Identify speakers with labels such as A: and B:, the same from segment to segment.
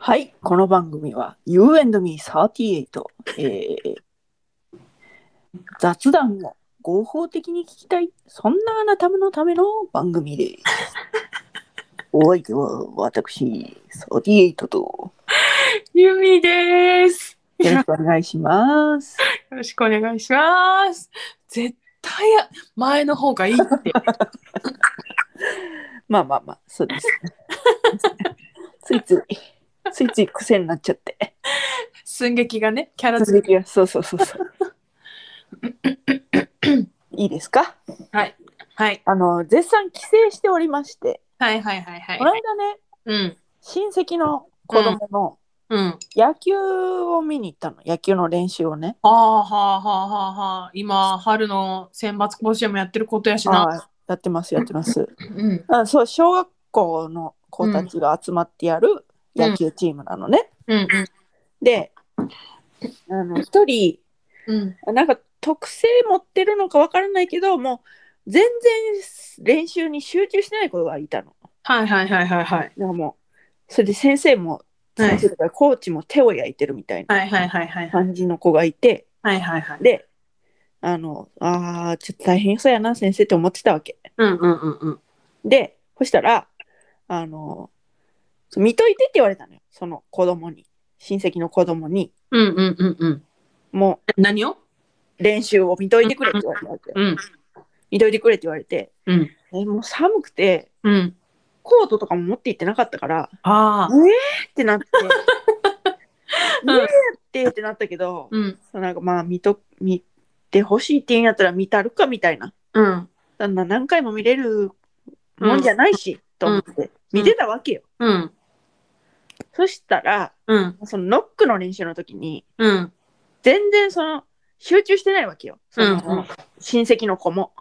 A: はい、この番組は You and Me38、えー、雑談を合法的に聞きたい、そんなあなたのための番組です。お相手は私、38と
B: ゆみです。
A: よろしくお願いします。
B: よろしくお願いします。絶対前の方がいいって。
A: まあまあまあ、そうです。 ついつい、ついつい癖になっちゃって。
B: 寸劇がね、キャラ
A: 続
B: 付
A: きは、そうそうそう そう。いいですか
B: け。はい。はい。
A: あの、絶賛帰省しておりまして、
B: はいはいはいはい
A: この。間ね、
B: うん。
A: 親戚の子供の
B: うん。
A: 野球を見に行ったの、野球の練習をね。
B: はあはあはあはあはあ。今、春の選抜甲子園もやってることやしな。
A: はいやってます、やってます。
B: うん。
A: あそう、小学校の子たちが集まってやる野球チームなのね。
B: うん
A: で、あの、一人、
B: うん。うん。
A: なんか特性持ってるのかわからないけど、もう全然練習に集中してない子がいたの。
B: はいはいはいはいはい。
A: だからもう、それで先生も、
B: はい
A: 先生とかコーチも手を焼いてるみたいな
B: はいはいはいはい。
A: 感じの子がいて、
B: はいはいはい。
A: で、あの、ああ、ちょっと大変そうやな、先生って思ってたわけ。
B: うんうんうんうん。
A: で、そしたら、あの、そう見といてって言われたのよ。その子供に、親戚の子供に、
B: うんうんうんうん。
A: も
B: 何を
A: う練習を見といてくれって言われたわけ。
B: うん。
A: 見といてくれって言われて、
B: うん。
A: えもう寒くて、
B: うん。
A: コートとかも持って行ってなかったから、え
B: ああ。
A: ーって なって、
B: うん
A: えーってってなったけど、
B: うん。
A: そうなんかまあ見と、見てほしいって言うんやったら見たるかみたいな。
B: うん。
A: そんな何回も見れるもんじゃないし、と思って見てたわけよ。
B: うん。
A: そしたら、
B: うん。
A: そのノックの練習の時に、
B: うん。
A: 全然その集中してないわけよ。その
B: うんうん
A: 親戚の子も。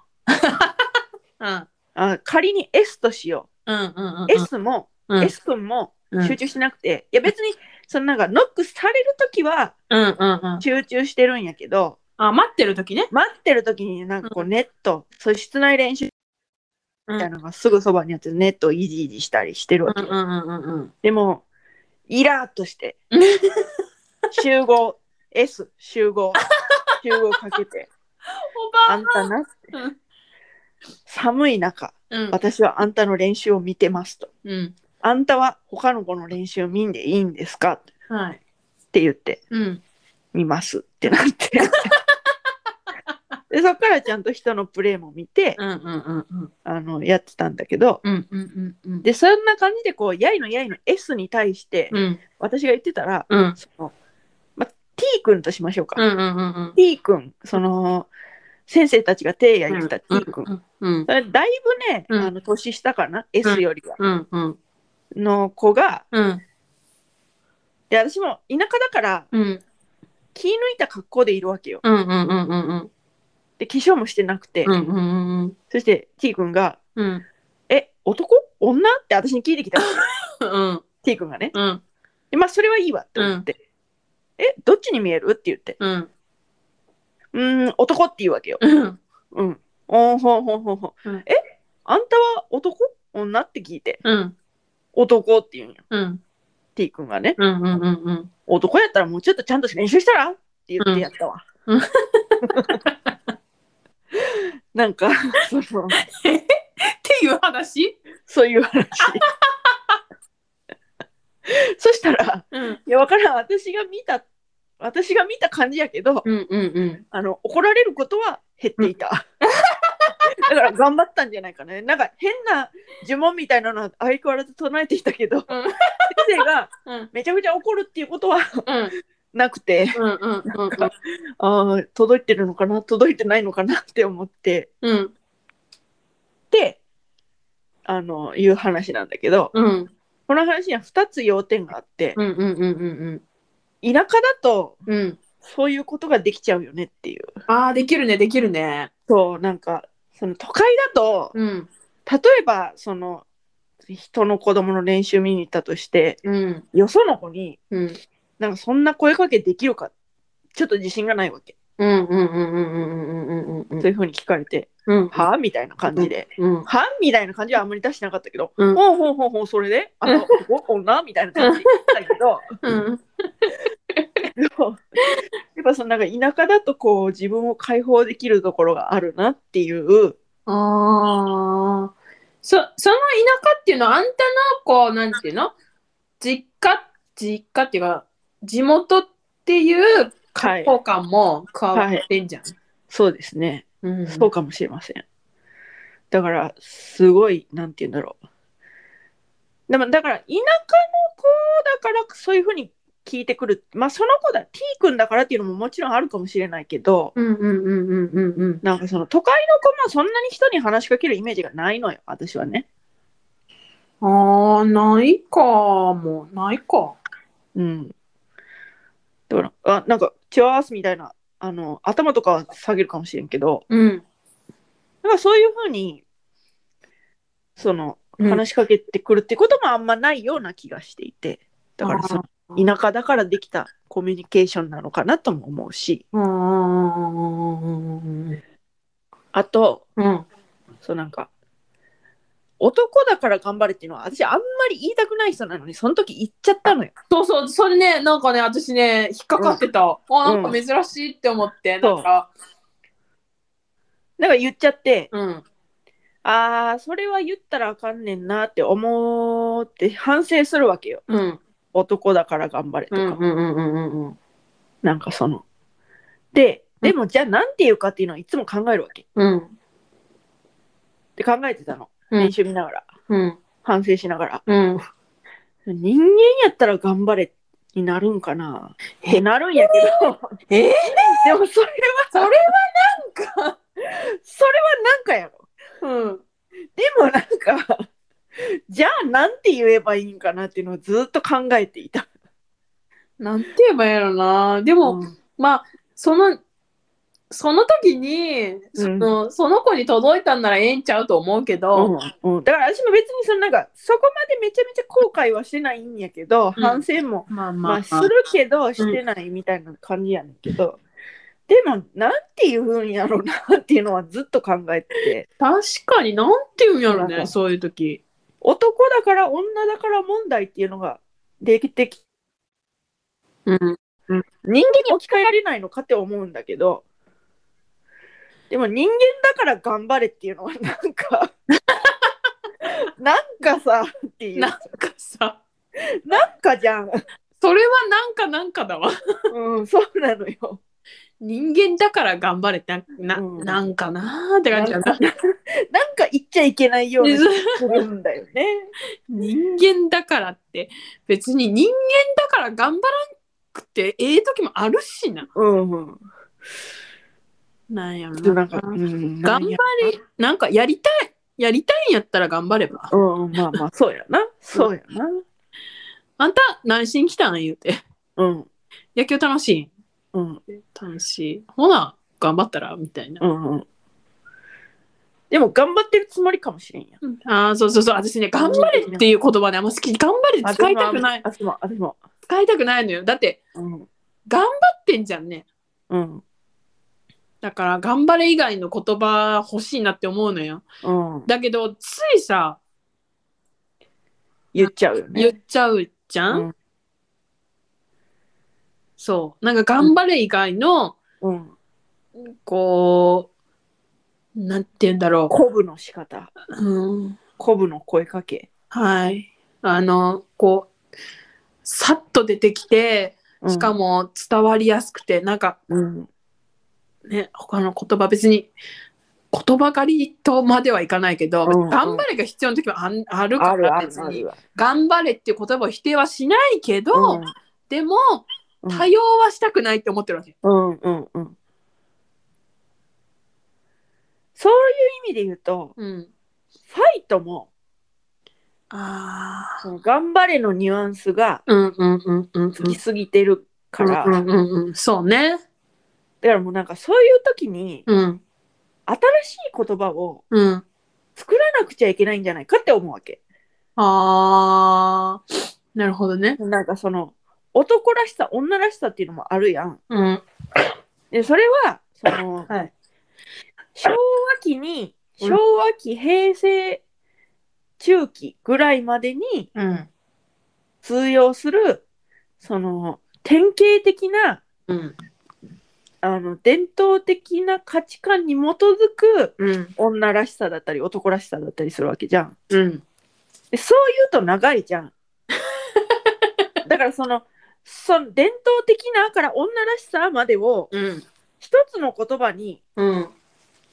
B: うん。
A: あ仮に S としよ
B: うんうんうんうん
A: う。S も、
B: うん
A: S 君も
B: うん
A: 集中してなくて、いや別に、そのなんかノックされる時は
B: うんうんうん。
A: 集中してるんやけど、
B: あ、待ってる時ね。
A: 待ってる時になんかこうネット、そういう室内練習
B: う
A: み
B: んう
A: たい
B: ん
A: なのがすぐそばにあってネットをイジイジしたりしてるわけ。
B: うんうんうん。
A: でも、イラーっとして、 集合、S、集 合、集合かけて、
B: お
A: あ
B: ば
A: んたなって
B: うん。
A: 寒い中、
B: うん
A: 私はあんたの練習を見てますと。
B: うん。
A: あんたは他の子の練習を見んでいいんですかっ
B: はい。
A: て言って、
B: うん。
A: 見ますってな って。でそっからちゃんと人のプレーも見て、
B: うんうんうんうん。
A: あのやってたんだけど、
B: うんうんうんうん。
A: で、そんな感じで、こう、やいのやいの S に対して、
B: うん
A: 私が言ってたら、
B: うん
A: その、ま、T 君としましょうか。
B: うんうんうんうん
A: T 君、その、先生たちが手や言ってた T
B: うん
A: 君。
B: うん
A: それだいぶね、
B: うん
A: あの年下かな、S よりは。
B: うんうん
A: の子が、
B: うん
A: で私も田舎だから
B: うん
A: 気抜いた格好でいるわけよ。
B: うんうんうんうんうん
A: で、化粧もしてなくて、
B: うんうんうん
A: そして T 君が、
B: うん
A: え、男女って私に聞いてき たわけよ
B: うん
A: T 君がね。
B: うん
A: で、まあ、それはいいわって思って、え、どっちに見えるって言って、
B: うん
A: うーん、男って言うわけよ。
B: うん
A: うん。おーほんほんほんほん。
B: うん
A: え、あんたは男女って聞いて、
B: うん
A: 男って言うんよ。
B: うん
A: T 君がね。
B: うんうんうんうん
A: 男やったらもうちょっとちゃんと練習したらって言ってやったわ。
B: うん
A: なんかその
B: っていう話
A: そういう話そしたら
B: うん
A: いやわからん私が見た私が見た感じやけど
B: うんうんうん
A: あの怒られることは減っていた、だから頑張ったんじゃないかねなんか変な呪文みたいなのは相変わらず唱えていたけど、先生が
B: うん
A: めちゃくちゃ怒るっていうことは
B: うん
A: なくて
B: うんうんうん
A: ああ届いてるのかな届いてないのかなって思って
B: うん
A: であのいう話なんだけど、
B: うん
A: この話には2つ要点があって、
B: うんうんうんうん
A: 田舎だと
B: うんうん
A: そういうことができちゃうよねっていう
B: ああできるねできるね
A: そうなんかその都会だと
B: うん
A: 例えばその人の子供の練習見に行ったとして
B: うん
A: よその子に
B: うん
A: なんかそんな声かけできるかちょっと自信がないわけ
B: うんうんうんうんうんうんうん
A: そういうふうに聞かれて、
B: うん
A: はみたいな感じで。
B: うん
A: はみたいな感じはあんまり出してなかったけど、
B: うん
A: ほんほんほんほん、それで、あの、男女みたいな感じだったけど、
B: うん
A: でもやっぱそのなんか田舎だとこう自分を解放できるところがあるなっていう
B: ああそその田舎っていうのはあんたのこうなんていうの実家実家っていうか地元っていう
A: はい
B: 効果も加わってんじゃん、
A: そうですね、
B: うん
A: そうかもしれませんだからすごいなんて言うんだろうでもだから田舎の子だからそういうふうに聞いてくるまあその子だ T 君だからっていうのももちろんあるかもしれないけど
B: うんうんうんうんうんうん
A: なんかその都会の子もそんなに人に話しかけるイメージがないのよ私はね
B: ああないかもないか
A: うん。だから、あ、なんか、チワースみたいな、あの、頭とかは下げるかもしれんけど、
B: うん
A: なんかそういうふうに、その、
B: うん
A: 話しかけてくるってこともあんまないような気がしていて、だからその、田舎だからできたコミュニケーションなのかなとも思うし、
B: うんうんうんうん
A: あと、
B: うん
A: そうなんか、男だから頑張れっていうのは私あんまり言いたくない人なのにその時言っちゃったのよ。
B: そうそう、それね、なんかね、私ね、引っかかってた。あ、なんか珍しいって思って、
A: そう
B: なんか。
A: なんか言っちゃって、
B: うん。
A: ああそれは言ったらあかんねんなって思って反省するわけよ
B: うん。
A: 男だから頑張れと
B: う
A: か、
B: んうんうんうんうんうん。
A: なんかそのででもじゃあなんて言うかっていうのはいつも考えるわけっ
B: うん。
A: て考えてたの
B: うん
A: 練習見ながら、
B: うん。
A: 反省しながら
B: うん。
A: 人間やったら頑張れになるんかなってなるんやけど
B: えー、
A: でもそれ
B: それはなんか。
A: それはなんかやろ
B: うん。
A: でもなんかじゃあなんて言えばいいんかなっていうのをずっと考えていた。
B: なんて言えばいいやろな。でも、
A: うん
B: まあ、その、その時に、その、その子に届いたんならええんちゃうと思うけど、
A: うんうん、だから私も別にそのなんかそこまでめちゃめちゃ後悔はしてないんやけど、
B: うん
A: 反省も、
B: まあ
A: まあ、するけどしてないみたいな感じやねんけど、でもなんていうふうにやろうなっていうのはずっと考えてて
B: 確かになんて言うんやろ
A: なん
B: ね、
A: か
B: そういう時。
A: 男だから女だから問題っていうのができてき
B: うん。
A: 人間に置き換えられないのかって思うんだけどでも人間だから頑張れっていうのはなんか なんかさっていう
B: な
A: なんん
B: かさ、
A: かじゃん。
B: それはなんかなんかだわ。
A: うん、そうなのよ。
B: 人間だから頑張れってなな,、
A: うん
B: ん、なんかなーって感じだな
A: なんか言っちゃいけないような気がするんだよね。
B: 人間だからって別に人間だから頑張らんくてええ時もあるしな
A: うん、うん。
B: なんやろ
A: でもな
B: な
A: んか、うん、
B: 頑張れなんかやりたいやりたいんやったら頑張れば
A: うん、まあまあ、 そうやな。そうやな。
B: あんた何しに来たん言うて
A: うん、
B: 野球楽しい
A: うん、
B: 楽しいほな頑張ったらみたいな、
A: うん。うんでも、頑張ってるつもりかもしれんや。
B: ああそうそうそう私ね頑張れっていう言葉ねあんま好き頑張れ使いたくない
A: 私も、私も。
B: 使いたくないのよだって
A: うん、
B: 頑張ってんじゃんね
A: うん、
B: だから頑張れ以外の言葉欲しいなって思うのよ。
A: うん。
B: だけどついさ、
A: 言っちゃうよ
B: 言
A: ね。
B: っちゃうじゃん、
A: うん
B: そうなんか頑張れ以外の、
A: うん。
B: こうなんて言うんだろ
A: 鼓舞の仕方。
B: う、うん、
A: 鼓舞の声かけ。
B: はいあのこうさっと出てきて
A: うん
B: しか。も伝わりやすくて、なんか
A: うん。
B: ね他の言葉別に言葉狩りとまではいかないけど、
A: うんうん
B: 頑張れが必要な時はあんある
A: あ
B: か
A: る
B: ら
A: あ
B: 別
A: るあ
B: に
A: る。
B: 頑張れっていう言葉を否定はしないけど、
A: うん
B: でも
A: うん
B: 多様はしたくないって思ってるわけ。
A: うんうんうん。そういう意味で言うと、
B: うん、
A: ファイトも、
B: ああ。
A: その頑張れのニュアンスが
B: うんうんうんうんうん。
A: つきすぎてるから、
B: うんうんうんうん。そうね。
A: だからもうなんかそういう時に、
B: うん
A: 新しい言葉を
B: うん。あ
A: 作らなくちゃいけないんじゃないかって思うわけ。
B: あー。なるほどね。
A: なんかその、男らしさ、女らしさっていうのもあるやん。
B: うん。
A: でそれはその
B: はい。
A: 昭和期に
B: うん
A: 昭和期平成中期ぐらいまでに
B: うん。
A: 通用するその典型的な
B: うん。
A: あの伝統的な価値観に基づく
B: うん。
A: 女らしさだったり男らしさだったりするわけじゃん。
B: うん。
A: でそう言うと長いじゃん。だからそのその伝統的なから女らしさまでを
B: うん。
A: 一つの言葉に
B: うん。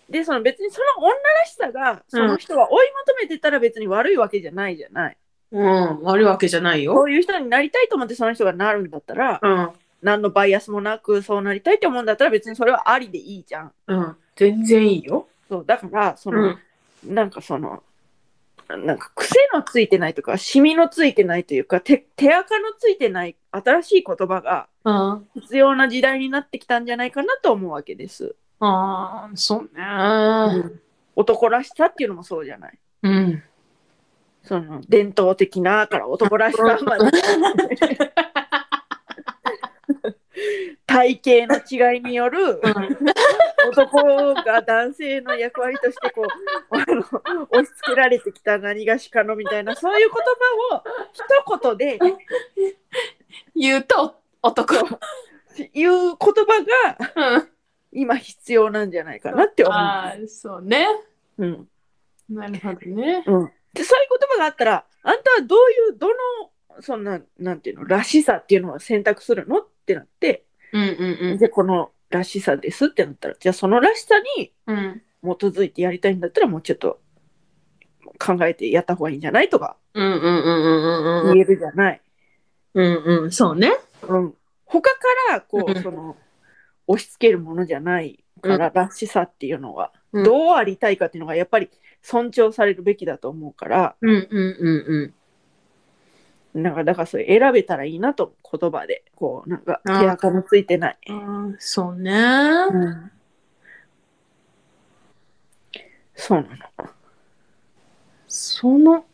A: でその別にその女らしさがその人は追い求めてたら別に悪いわけじゃないじゃない。
B: うん。悪いわけじゃない
A: こ
B: よ。
A: ういう人になりたいと思ってその人がなるんだったら
B: うん。
A: 何のバイアスもなくそうなりたいって思うんだったら別にそれはありでいいじゃん。
B: うん。全然いいよ。
A: そうだからそうの、
B: ん。
A: なんかそのなんか癖のついてないとかシミのついてないというか手手垢のついてない新しい言葉が
B: あ
A: 必要な時代になってきたんじゃないかなと思うわけです。
B: あ、そうね。
A: 男らしさっていうのもそうじゃない。
B: うん。
A: その伝統的なから男らしさまで体型の違いによる男が男性の役割としてこうあの押し付けられてきた何がしかのみたいなそういう言葉を一言で
B: 言うと、男。うん。
A: 言う言葉が今必要なんじゃないかなって思
B: ああ、そうね。
A: う。うん
B: なるほ
A: うん、
B: どね。
A: でそういう言葉があったらあんたはどういうどのそんななんていうのらしさっていうのを選択するのってなって
B: うんうん
A: でこのらしさですってなったらじゃあそのらしさに
B: うん。うん。
A: 基づいてやりたいんだったらもうちょっと考えてやった方がいいんじゃないとか
B: うんうんうんうんうんうん
A: 言えるじゃない。
B: うんうんそうね
A: うん、他からこ
B: う
A: うんその押し付けるものじゃないかららしさっていうのは
B: うん
A: どうありたいかっていうのがやっぱり尊重されるべきだと思うから
B: うんうんうん
A: なんかだからそれ選べたらいいなと言葉でこうなんか
B: あー
A: 手垢もついてない。
B: うんうんそうね
A: うんそうなの。
B: その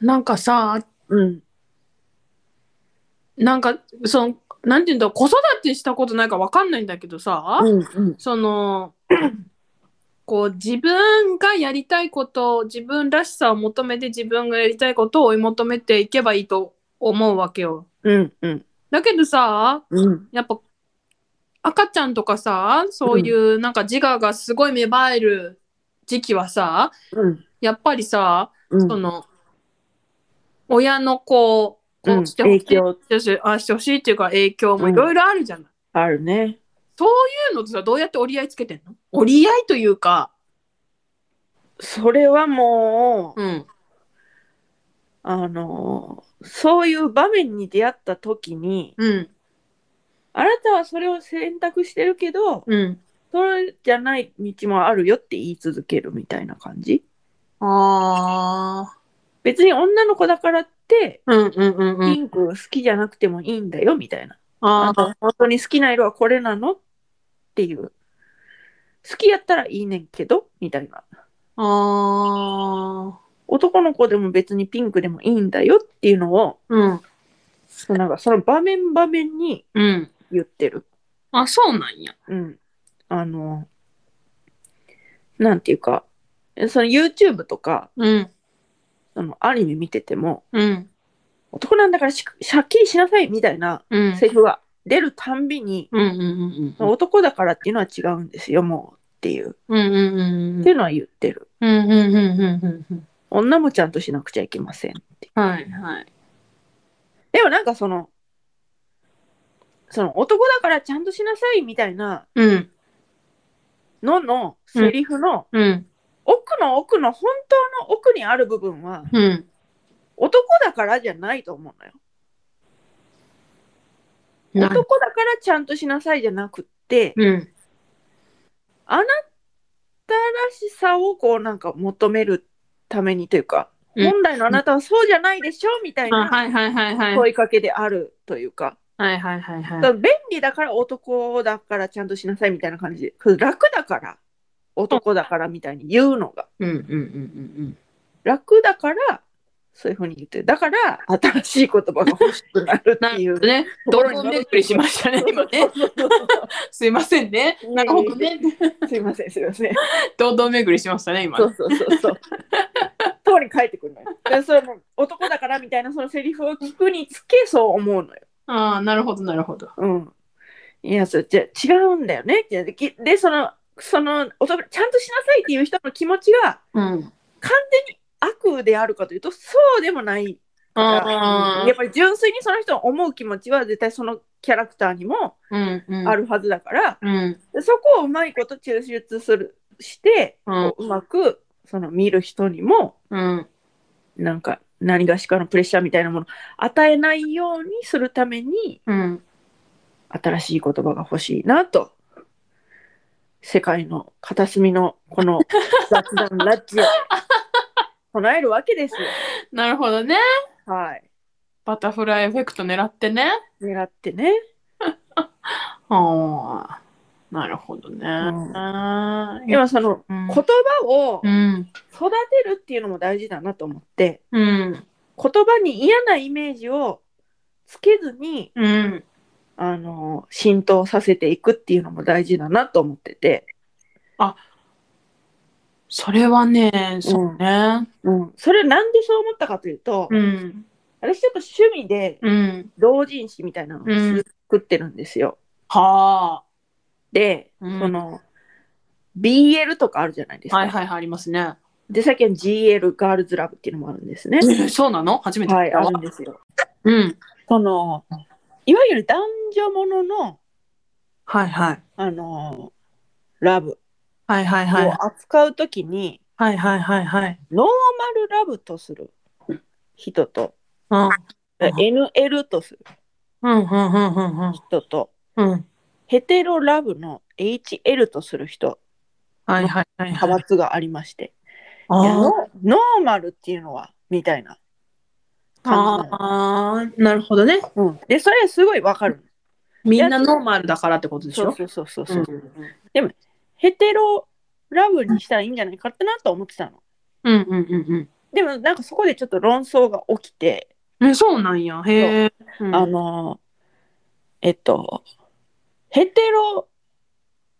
B: なんかさ
A: うん。
B: なんかそのなんていうんだろう子育てしたことないからわかんないんだけどさ、
A: うんうん
B: そのこう自分がやりたいことを自分らしさを求めて自分がやりたいことを追い求めていけばいいと思うわけよ。
A: うんうん
B: だけどさ
A: うん
B: やっぱ赤ちゃんとかさそういうなんか自我がすごい芽生える時期はさ
A: うん
B: やっぱりさ、
A: うん
B: その親のこうこ
A: う
B: うんしてほしい、
A: 影響
B: してほしいあしてほしいっていうか影響もいろいろあるじゃない、
A: あるね。
B: そういうのとさどうやって折り合いつけてんの折り合いというか、
A: それはもう、
B: うん、
A: あのーそういう場面に出会った時に
B: うん
A: あなたはそれを選択してるけど
B: うん
A: それじゃない道もあるよって言い続けるみたいな感じ
B: あ
A: 別に女の子だからって
B: ーうんうんうんう
A: ピ
B: ん
A: ンク好きじゃなくてもいいんだよみたいな、
B: あ
A: あんた
B: ー
A: 本当に好きな色はこれなのっていう好きやったらいいねんけどみたいな
B: あー
A: 男の子でも別にピンクでもいいんだよっていうのを
B: うん
A: なんかその場面場面に
B: うん
A: 言ってる。
B: あそうなんや
A: うん。あの、なんていうか、その YouTube とか、
B: うん
A: そのアニメ見てても、
B: うん
A: 男なんだからししゃっきりしなさいみたいな
B: うん
A: セリフが出るたんびに、
B: うんうんうんうん
A: 男だからっていうのは違うんですよ、もうっていう。っ
B: うんうんうんうん
A: ていうのは言ってる。
B: うんうんうんうんうん
A: 女もちゃんとしなくちゃいけません。
B: うん。はいはい。
A: でもなんかその、その男だからちゃんとしなさいみたいな
B: うん
A: ののセリフの
B: うん
A: 奥の奥の本当の奥にある部分は
B: うん。
A: 男だからじゃないと思うのよ。
B: なる
A: 男だからちゃんとしなさいじゃなくって、
B: うん
A: あなたらしさをこうなんか求めるためにというか、
B: うん
A: 本来のあなたはそうじゃないでしょみたい
B: あ
A: な
B: はいはいはいはい。
A: 問いかけであるというか、
B: はいはいはい
A: だ
B: は
A: から
B: い。
A: 便利だから男だからちゃんとしなさいみたいな感じで、楽だから男だからみたいに言うのが、
B: うんうんうん
A: 楽だからそういうふうに言ってるだから新しい言葉が欲しくなるっていう。
B: ね、
A: とこ
B: ド
A: ろ
B: ロ
A: に
B: ーン巡りしましたね、今ね。 すいませんね。なんか僕ね、
A: すいませんすいません。
B: 堂々巡りしましたね、今。
A: そうそうそうそう。通り帰ってくるのよ。でそれも男だからみたいなそのセリフを聞くにつけそう思うのよ。
B: ああ、なるほど、なるほど。
A: うん。いや、それじゃ違うんだよねって。きで、その、その男、ちゃんとしなさいっていう人の気持ちが
B: うん。
A: 完全に悪であるかというと、そうでもないから。
B: あ
A: やっぱり純粋にその人を思う気持ちは絶対そのキャラクターにも
B: あ、うん、うん。
A: あ。るはずだから、
B: うん、
A: でそこをうまいこと抽出する、して、
B: うん、
A: こううまく、その見る人にも、
B: うん。
A: なんか何がしかのプレッシャーみたいなものを与えないようにするために
B: うん
A: 新しい言葉が欲しいなと世界の片隅のこの雑談ラジ オ唱えるわけですよ。
B: なるほどね。
A: はい。
B: バタフライエフェクト狙ってね。
A: 狙ってね。
B: ああ、なるほどね。
A: ん
B: ああ
A: 今その
B: うん
A: 言葉を
B: うん、
A: 育てるっていうのも大事だなと思って
B: うん、
A: 言葉に嫌なイメージをつけずに
B: うん。
A: あの浸透させていくっていうのも大事だなと思ってて、
B: それはね、そうね。
A: うん、それなんでそう思ったかというと、
B: うん、
A: 私ちょっと趣味で
B: うん。
A: 同人誌みたいなのを
B: うん
A: 作ってるんですよ。
B: は
A: で、
B: うん
A: その BL とかあるじゃないですか。
B: あ。はいはいはい、ありますね。
A: で最近は GL ガールズラブっていうのもあるんですね。
B: えそうなの初めて
A: は
B: 聞い
A: い
B: た
A: あ
B: わ
A: るんですよ。
B: うん。
A: そのいわゆる男女ものの
B: はいはい。
A: あのラブ
B: はいはいはい。
A: を扱うときに、
B: はいはいはいはい。
A: ノーマルラブとする人と、
B: うん。うん
A: NL とする
B: うんうんうんうんうん。
A: 人と
B: うん。
A: ヘテロラブの HL とする人
B: はいはいはい
A: 派
B: はい。
A: 閥がありまして。
B: あ
A: いや
B: ー
A: ノノーマルっていうのはみたいな感じなの
B: あー、なるほどね。
A: うん、でそれすごいわかる
B: みんなノーマルだからってことでし
A: そう
B: ょ
A: そうそうそう、
B: うん
A: ヘテロラブにしたらいいんじゃないかってなと思ってたの
B: うんうんうん
A: でもなんかそこでちょっと論争が起きて、
B: うん。え、そうなんや。へえ。うん
A: あのーえっとヘテロ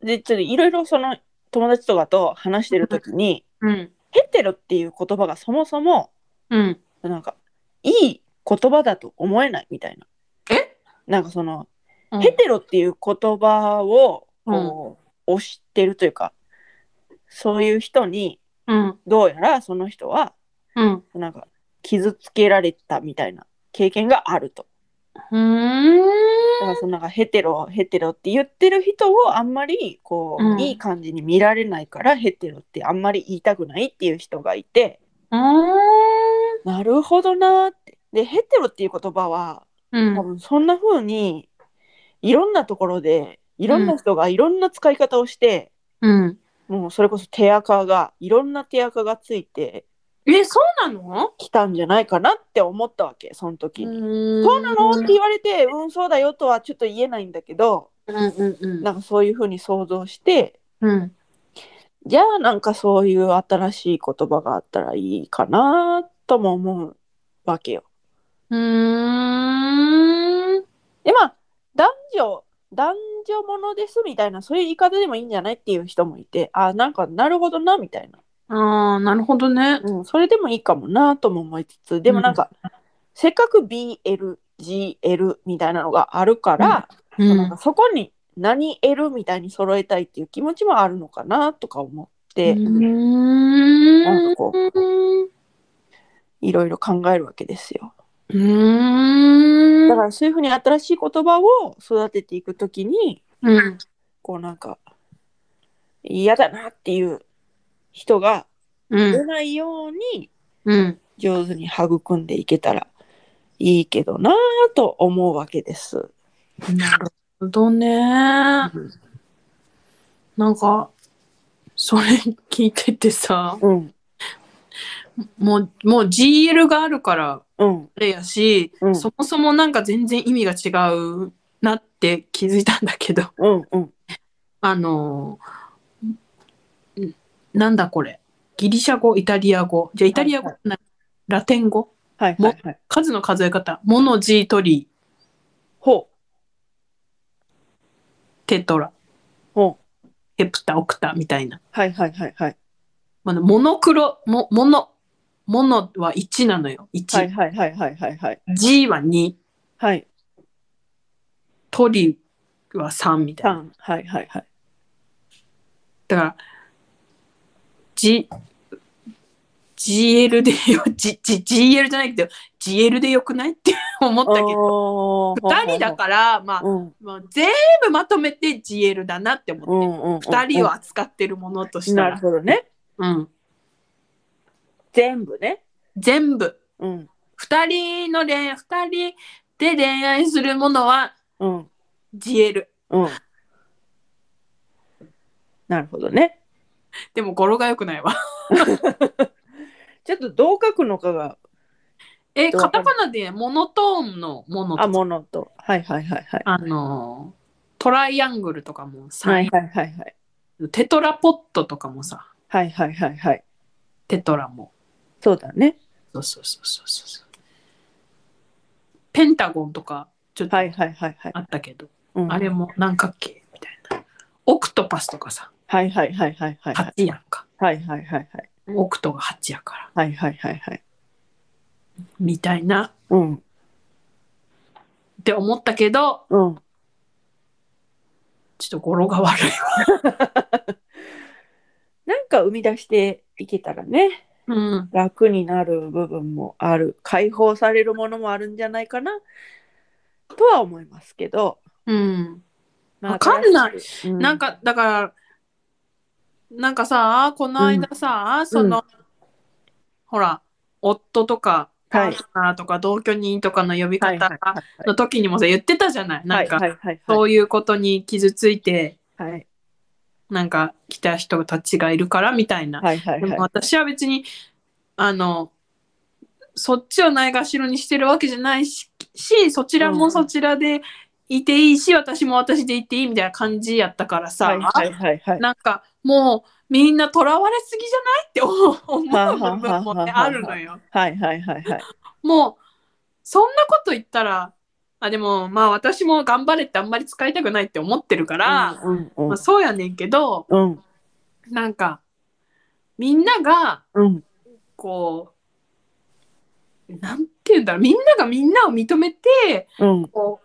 A: でちょっといろいろその友達とかと話してる時に、
B: うん。
A: ヘテロっていう言葉がそもそも
B: うん。
A: なんかいい言葉だと思えないみたいな
B: え
A: なんかその
B: うん
A: ヘテロっていう言葉をこう、推してるというかそういう人に
B: うん。
A: どうやらその人は
B: うん。
A: なんか傷つけられたみたいな経験があると。
B: うーん。
A: だからそのなんかヘテロヘテロって言ってる人をあんまりこう、
B: うん
A: いい感じに見られないからヘテロってあんまり言いたくないっていう人がいて
B: う
A: なるほどなーって。でヘテロっていう言葉は
B: ん。
A: 多分そんな風にいろんなところでいろんな人がいろんな使い方をして、
B: うん。
A: もうそれこそ手垢がいろんな手垢がついて
B: え、そうなの
A: きたんじゃないかなって思ったわけその時に。そ
B: そう
A: なのって言われてうんそうだよとはちょっと言えないんだけど
B: うんうんうん。
A: なんかそういうふうに想像して
B: うん。
A: じゃあなんかそういう新しい言葉があったらいいかなとも思うわけよ。
B: うーん。
A: でまあ男女男女ものですみたいなそういう言い方でもいいんじゃないっていう人もいてあなんかなるほどなみたいな。
B: ああ、なるほどね。
A: うん、それでもいいかもなとも思いつつでもなんか、せっかく BLGL みたいなのがあるから、
B: う
A: なんかそこに何 L みたいに揃えたいっていう気持ちもあるのかなとか思って、
B: うーん
A: なんかこ
B: う
A: いろいろ考えるわけですよ。
B: ーん
A: だからそういうふうに新しい言葉を育てていくときに
B: うん
A: こうなんか嫌だなっていう人が
B: う
A: 出
B: ん
A: ないように
B: うん
A: 上手に育んでいけたらいいけどなと思うわけです。
B: なるほどねなんかそれ聞いててさ
A: うん
B: もうもう GL があるから
A: うん
B: あれやし、
A: うん
B: そもそもなんか全然意味が違うなって気づいたんだけど
A: うんうん
B: あのんなんだこれギリシャ語イタリア語じゃあイタリア語、なラテン語
A: はいはいはい。
B: 数の数え方。モノ、ジートリー、
A: ほう。
B: テトラ、
A: ほう。
B: ヘプタ、オクタみたいな。
A: はいはいはいはい。
B: まあ、モノクロ、モモノ、モノは1なのよ。1。
A: はいはいはいはいはいはい。
B: G は2、
A: はい。
B: トリは3みたいな。
A: 三はいはいはい。
B: だから、G、GL でよ、G、G、GL じゃないけど、GL でよくないって思ったけ
A: ど
B: ど、2人だから、まあ、
A: うん
B: まあ、全部まとめて GL だなって思
A: う
B: って、
A: んうん。
B: 2人を扱ってるものとした
A: なる
B: ら、
A: ほどね。
B: うん、
A: 全部ね。
B: 全部、
A: うん
B: 2人の恋愛、2人で恋愛するものは
A: うん。
B: GL。
A: うん。なるほどね。
B: でも語呂が良くないわ。
A: ちょっとどう書くのかが、
B: え、
A: どうわ
B: カ
A: か
B: タ
A: る
B: カナでモノトーンのものと
A: あ、
B: か
A: ものと。はいはいはいはい。
B: あのートライアングルとかもさ、
A: はいはいはいはい。
B: テトラポットとかもさ、
A: はいはいはいはい。
B: テトラも。
A: そうだね。
B: そうそうそうそうそう。ペンタゴンとか、ちょっと
A: はいはいはいはい
B: あ。ったけど、
A: うん
B: あれも何角形みたいな。オクトパスとかさ、
A: はいはいはいはいはいはい。
B: 8やんか。
A: はいはいはいはい。
B: オクトが8やから。
A: はいはいはいはい。
B: みたいな
A: うん
B: って思ったけど、
A: うん。
B: ちょっと語呂が悪い。
A: なんか生み出していけたらね、
B: うん。
A: 楽になる部分もある、解放されるものもあるんじゃないかな、とは思いますけど。
B: うん。
A: まあ
B: わかんない
A: 新しくう
B: なんか、だから、なんかさ、この間さ、その、ほら、夫とか、パ
A: はい
B: ートナーとか同居人とかの呼び
A: はいはい
B: 方の時にもさ、言ってたじゃない。な
A: は
B: ん
A: い
B: か、
A: はいはい
B: そ
A: は
B: ういうことに傷ついて、
A: いはい
B: なんか来た人たちがいるからみたいな。
A: はいはい
B: でも
A: は
B: 私は別に、あの、そっちをないがしろにしてるわけじゃないし、しそちらもそちらでいていいし、私も私でいていいみたいな感じやったからさ、
A: いはいはいはい
B: なんかもうみんなとらわれすぎじゃないって
A: はあ
B: 思う
A: はあ
B: 思う部分もね
A: はあはあ
B: あるのよ。
A: はいはいはいはい
B: もうそんなこと言ったらあでもまあ私も頑張れってあんまり使いたくないって思ってるから、
A: うんうん
B: まあ、そうやねんけど
A: うん
B: なんかみんなが
A: うん
B: こうなんて言うんだろうみんながみんなを認めて
A: うん
B: こ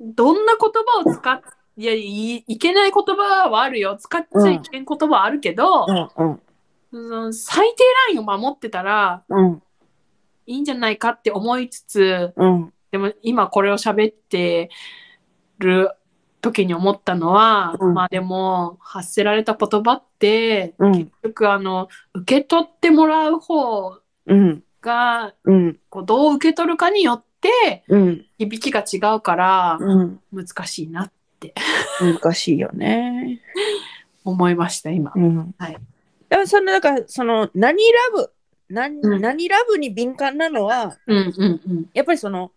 B: うどんな言葉を使っいやいいけない言葉はあるよ使っちゃいけん言葉はあるけど、
A: うん
B: その最低ラインを守ってたら
A: うん
B: いいんじゃないかって思いつつ
A: うん
B: でも今これを喋ってる時に思ったのは、
A: うん
B: まあでも発せられた言葉って
A: うん
B: よくあの受け取ってもらう方
A: うん
B: が
A: うん
B: こうどう受け取るかによって
A: うん
B: 響きが違うから
A: うん
B: 難しいな
A: 難しいよね
B: 思いました今。
A: うん
B: はい
A: だからそのだからその何ラブ何,、
B: うん
A: 何ラブに敏感なのは
B: うんうんうん
A: やっぱりその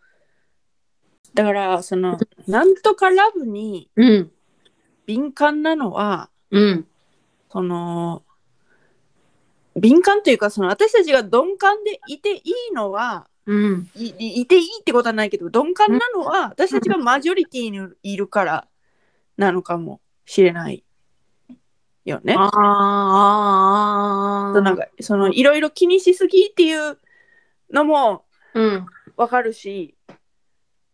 A: だからそのなんとかラブに
B: うん
A: 敏感なのは
B: うん
A: その敏感というかその私たちが鈍感でいていいのは
B: うん
A: いいいていいってことはないけど鈍感なのは私たちがマジョリティにいるからなのかもしれないよね。
B: あーあーあー
A: なんかそのいろいろ気にしすぎっていうのも
B: うん
A: わかるし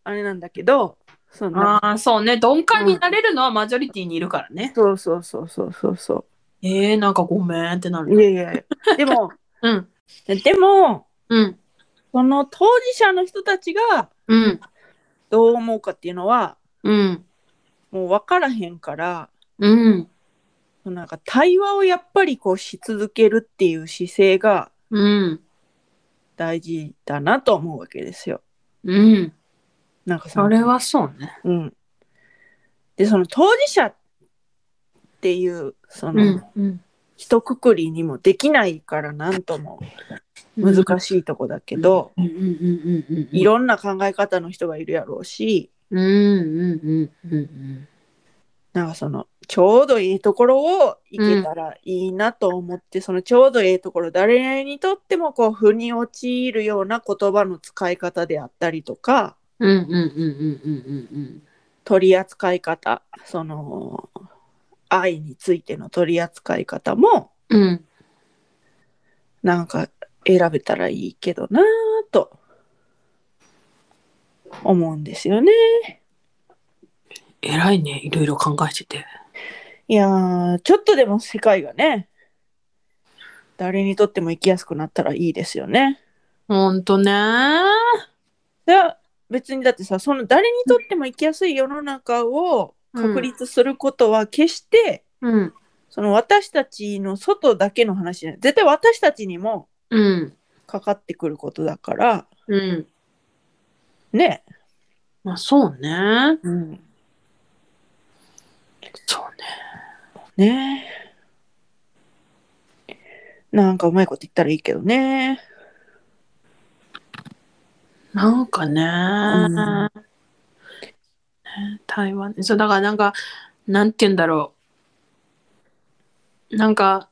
A: あれなんだけどその
B: ああ、そうね。鈍感になれるのはマジョリティにいるからね。
A: そうそうそうそうそうそ
B: えー、なんかごめんってな
A: うい
B: る。
A: やいやいやでも
B: うん、
A: でも
B: うん、
A: その当事者の人たちが
B: うん、
A: どう思うかっていうのは
B: うん、
A: もう分からへんから
B: うん、
A: なんか対話をやっぱりこうし続けるっていう姿勢が
B: うん、
A: 大事だなと思うわけですよ。
B: うん。
A: なんかそ
B: そ
A: の
B: れはそうね。
A: うん、でその当事者っていうそうの、
B: ん、うん。
A: 一括りにもできないからなんとも難しいとこだけど、
B: うん、うん、うん、うん、うん。
A: いろんな考え方の人がいるやろうし
B: うん、うん、うん、うん、
A: なんかそのちょうどいいところを行けたらいいなと思って、そのちょうどいいところ誰にとってもこう腑に陥るような言葉の使い方であったりとか
B: うんうんうんうんうんうん
A: 取り扱い方その愛についての取り扱い方も
B: うんうん
A: なんか選べたらいいけどなぁと思うんですよね。
B: 偉いねいろいろ考えてて
A: いやーちょっとでも世界がね誰にとっても生きやすくなったらいいですよね。
B: ほんとね
A: いや別にだってさその誰にとっても生きやすい世の中を確立することは決して、
B: うん
A: その私たちの外だけの話じゃない絶対私たちにも
B: うん
A: かかってくることだから
B: うん
A: ね、
B: まあそうね
A: うん、
B: そうね
A: ねなんかうまいこと言ったらいいけどね
B: なんかね、
A: ん
B: 台湾そうだからなんかなんて言うんだろうなんか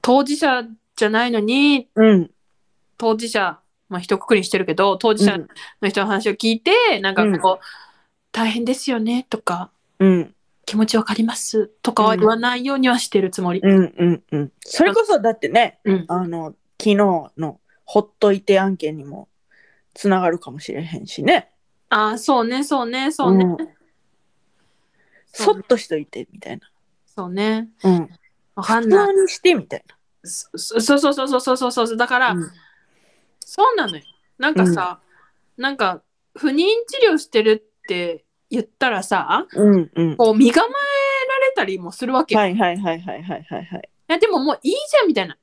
B: 当事者じゃないのに
A: うん
B: 当事者まあ一括りにしてるけど当事者の人の話を聞いて、なんかこう、大変ですよねとか
A: うん
B: 気持ちわかりますとかは言わないようにはしてるつもり。
A: うんうんうんそれこそだってね
B: うん
A: あの昨日のほっといて案件にもつながるかもしれへんしね
B: ああそうねそうねそうね、
A: うんそっとしといてみたいな
B: そうね
A: うん、
B: わかん
A: 普
B: ない
A: 通にしてみたい
B: そそうそうそうそうそうそうそうだから、
A: な。
B: そうなのよなんかさ、なんか不妊治療してるって言ったらさ
A: うんうん。
B: こう身構えられたりもするわけよ、
A: は
B: い
A: いはいはいはいはいはいはい。
B: やでももういいじゃんみたいな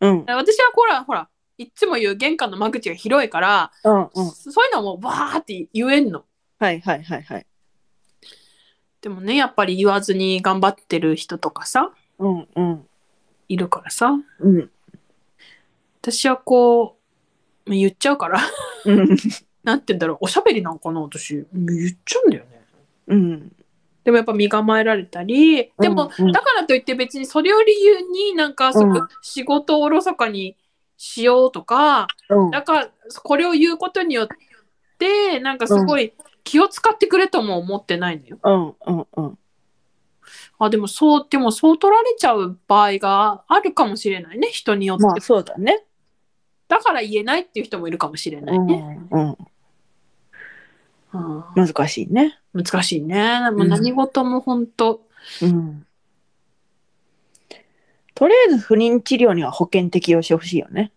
A: うん
B: 私はほらほらいっつも言う玄関の間口が広いから、
A: うんうん。
B: そういうのはもうわーって言えんの
A: はいはいはいはい。
B: でもねやっぱり言わずに頑張ってる人とかさ
A: うんうん
B: いるからさ
A: うん
B: 私はこう言っちゃうから
A: うん
B: なんて言うんだろうおしゃべりなんかな私言っちゃうんだよね
A: うん
B: でもやっぱ身構えられたりでも、
A: うんうん
B: だからといって別にそれを理由になんかそこ
A: うん
B: 仕事をおろそかにしようとか、
A: うん
B: だからこれを言うことによってなんかすごい気を使ってくれとも思ってないのよ。
A: うんうんうん。
B: あでもそうでもそう取られちゃう場合があるかもしれないね人によって、
A: まあそうだね。
B: だから言えないっていう人もいるかもしれな
A: う
B: いね。
A: んうん。
B: うん
A: 難しいね。
B: 難しいね。もう何事も本当、
A: うん。とりあえず不妊治療には保険適用してほしいよね。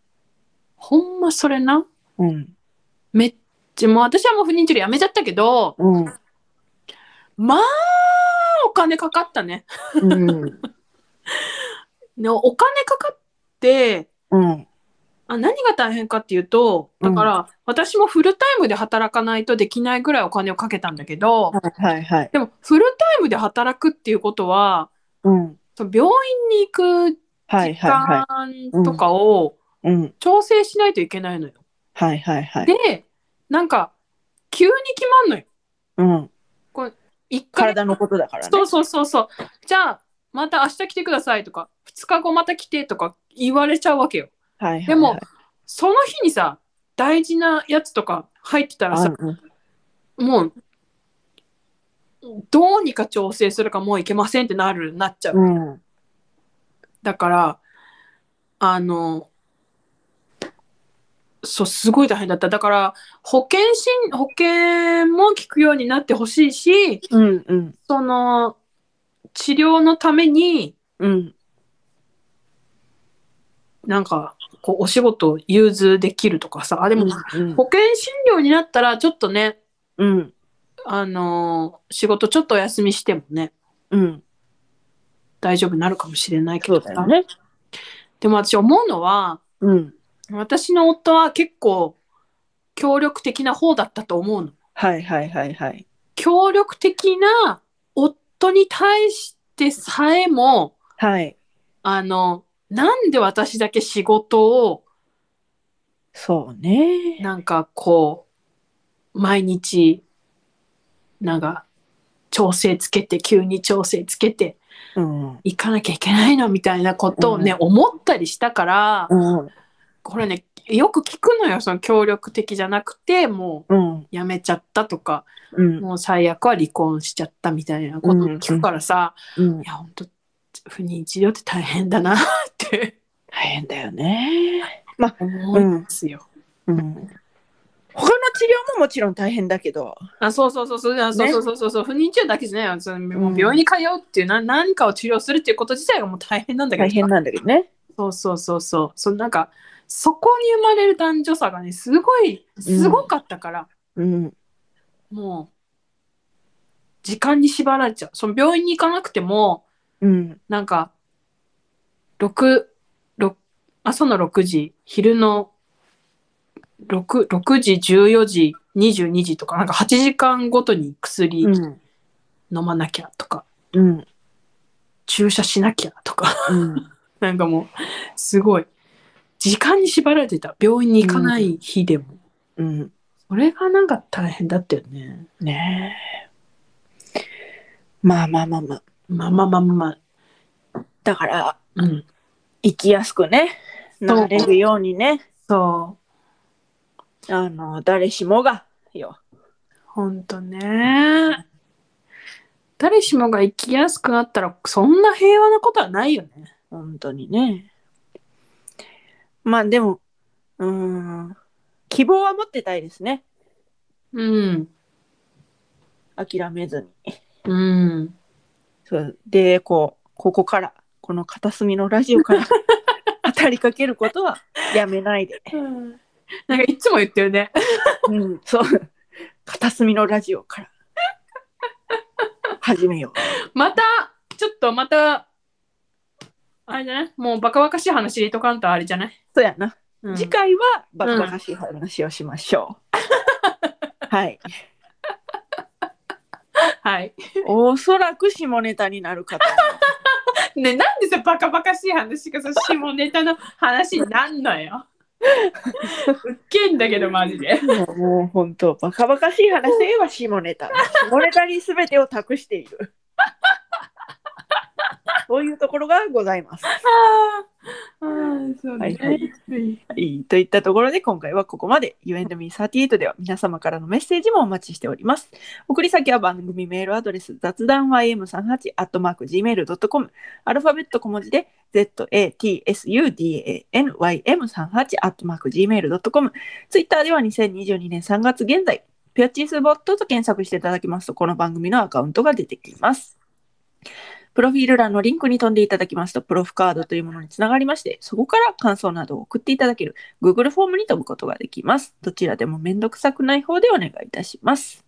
B: ほんまそれな
A: うん
B: めっちゃもう私はもう不妊治療やめちゃったけど、
A: うん
B: まあお金かかったね。
A: うん
B: ねお金かかって
A: うん
B: あ何が大変かっていうとだから、私もフルタイムで働かないとできないぐらいお金をかけたんだけど
A: はいはい。
B: でもフルタイムで働くっていうことは
A: うん
B: その病院に行く
A: はい
B: 時
A: はいは
B: 間とかを
A: い。うん
B: 調整しないといけないのよ。
A: はいはいはい。
B: でなんか急に決まんのよ。
A: うん
B: 一回
A: 体のことだからね。
B: そうそうそうそうじゃあまた明日来てくださいとか2日後また来てとか言われちゃうわけよ。
A: はいはいはい。
B: でもその日にさ大事なやつとか入ってたらさ、
A: うんうん
B: もうどうにか調整するかもういけませんってなるなっちゃう、
A: うん
B: だからあのそうすごい大変だっただから保険診保険も効くようになってほしいし
A: うんうん
B: その治療のために
A: うん
B: なんかこうお仕事を融通できるとかさあでも、
A: うん
B: 保険診療になったらちょっとね
A: うん
B: あのー仕事ちょっとお休みしてもね
A: うん
B: 大丈夫になるかもしれないけ
A: そう
B: ど
A: だよね
B: でも私思うのは
A: うん
B: 私の夫は結構協力的な方だったと思うの
A: はいはいはいはい
B: 協力的な夫に対してさえも
A: はい
B: あのなんで私だけ仕事を
A: そうね
B: なんかこう毎日なんか調整つけて急に調整つけて
A: うん。
B: 行かなきゃいけないのみたいなことをね、
A: うん
B: 思ったりしたから
A: うん。
B: これねよく聞くのよその協力的じゃなくても
A: うん。
B: うやめちゃったとか
A: うん。
B: もう最悪は離婚しちゃったみたいなことを聞くからさ、
A: うん
B: い。やほんと不妊治療って大変だなって
A: 大変だよね。
B: 思うんですよ。
A: うん。他の治療ももちろん大変だけど。
B: あそうそうそうそう、そうそうそうそうそう不妊治療だけじゃないよそのもう病院に通うっていうな何かを治療するっていうこと自体がもう大変なんだけど
A: 大変なんだけどね。
B: そうそうそうそうそのなんかそこに生まれる男女差がねすごいすごかったから、
A: うん。
B: もう時間に縛られちゃうその病院に行かなくても
A: うん。
B: なんか6 6朝の6時昼の 6, 6時14時22時とかなんか8時間ごとに薬
A: う
B: 飲
A: ん。
B: まなきゃとか、
A: うん。
B: 注射しなきゃとか
A: うん。
B: なんかもうすごい時間に縛られてた病院に行かない日でも、
A: うん。
B: それがなんか大変だったよね
A: ねえまあまあまあまあ。
B: まあまあまあまあ
A: だから、
B: うん
A: 生きやすくね、なれるようにね、
B: そ
A: あの、誰しもが、よ。
B: うほんとね誰しもが生きやすくなったらそんな平和なことはないよね
A: 本当にね。まあでも、うーん、希望は持ってたいですね。
B: うん
A: 諦めずに。
B: うん
A: そうで、こう、ここから、この片隅のラジオ から、語りかけることはやめないで。
B: なんかいつも言ってるね
A: うん、そう。片隅のラジオから、始めよ
B: またちょっとまたあれじゃないもうバカバカしい話入れとかんとあれじゃない、
A: う。そうやな。
B: うん
A: 次回はバカバカしい話をしましょ う。はい。
B: はい
A: おそらく下ネタになるかと
B: ね、なんでさバカバカしい話がさ下ネタの話になんの よ。ウッケんだけどマジで。
A: 思う。もう本当バカバカしい話といえば下ネタ。下ネタに全てを託してい る。そういうところがございます。
B: ああー、そう
A: はい
B: ね。
A: はいはい、といったところで今回はここまで You and me38 では皆様からのメッセージもお待ちしております。送り先は番組メールアドレス雑談 ym38-gmail.com アルファベット小文字で zatsudanym38-gmail.com ツイッターでは2022年3月現在ピュアチースボットと検索していただきますとこの番組のアカウントが出てきます。プロフィール欄のリンクに飛んでいただきますと、プロフカードというものにつながりまして、そこから感想などを送っていただける Google フォームに飛ぶことができます。どちらでもめんどくさくない方でお願いいたします。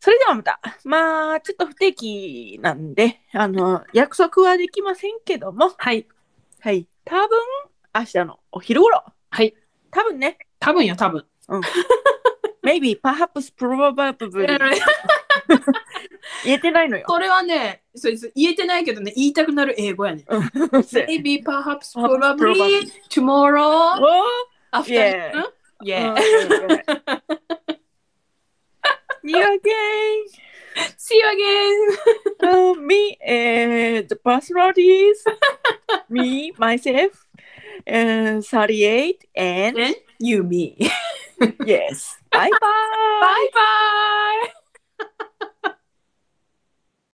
A: それではまた、まあ、ちょっと不定期なんで、あの、約束はできませんけども、
B: はい。
A: はい、多分明日のお昼頃、
B: はい。
A: 多分ね、
B: 多分よ多分。
A: maybe, perhaps, probably 言えてないのよ。
B: それはねそうです言えてないけどね言いたくなる英語やね。Maybe perhaps probably tomorrow
A: おー
B: after. Yeah.
A: Oh, You again.
B: See you
A: Uh, me, uh, the personalities, me, myself, uh, 38, and
B: again. And you me.
A: yes. Bye bye.
B: Bye bye.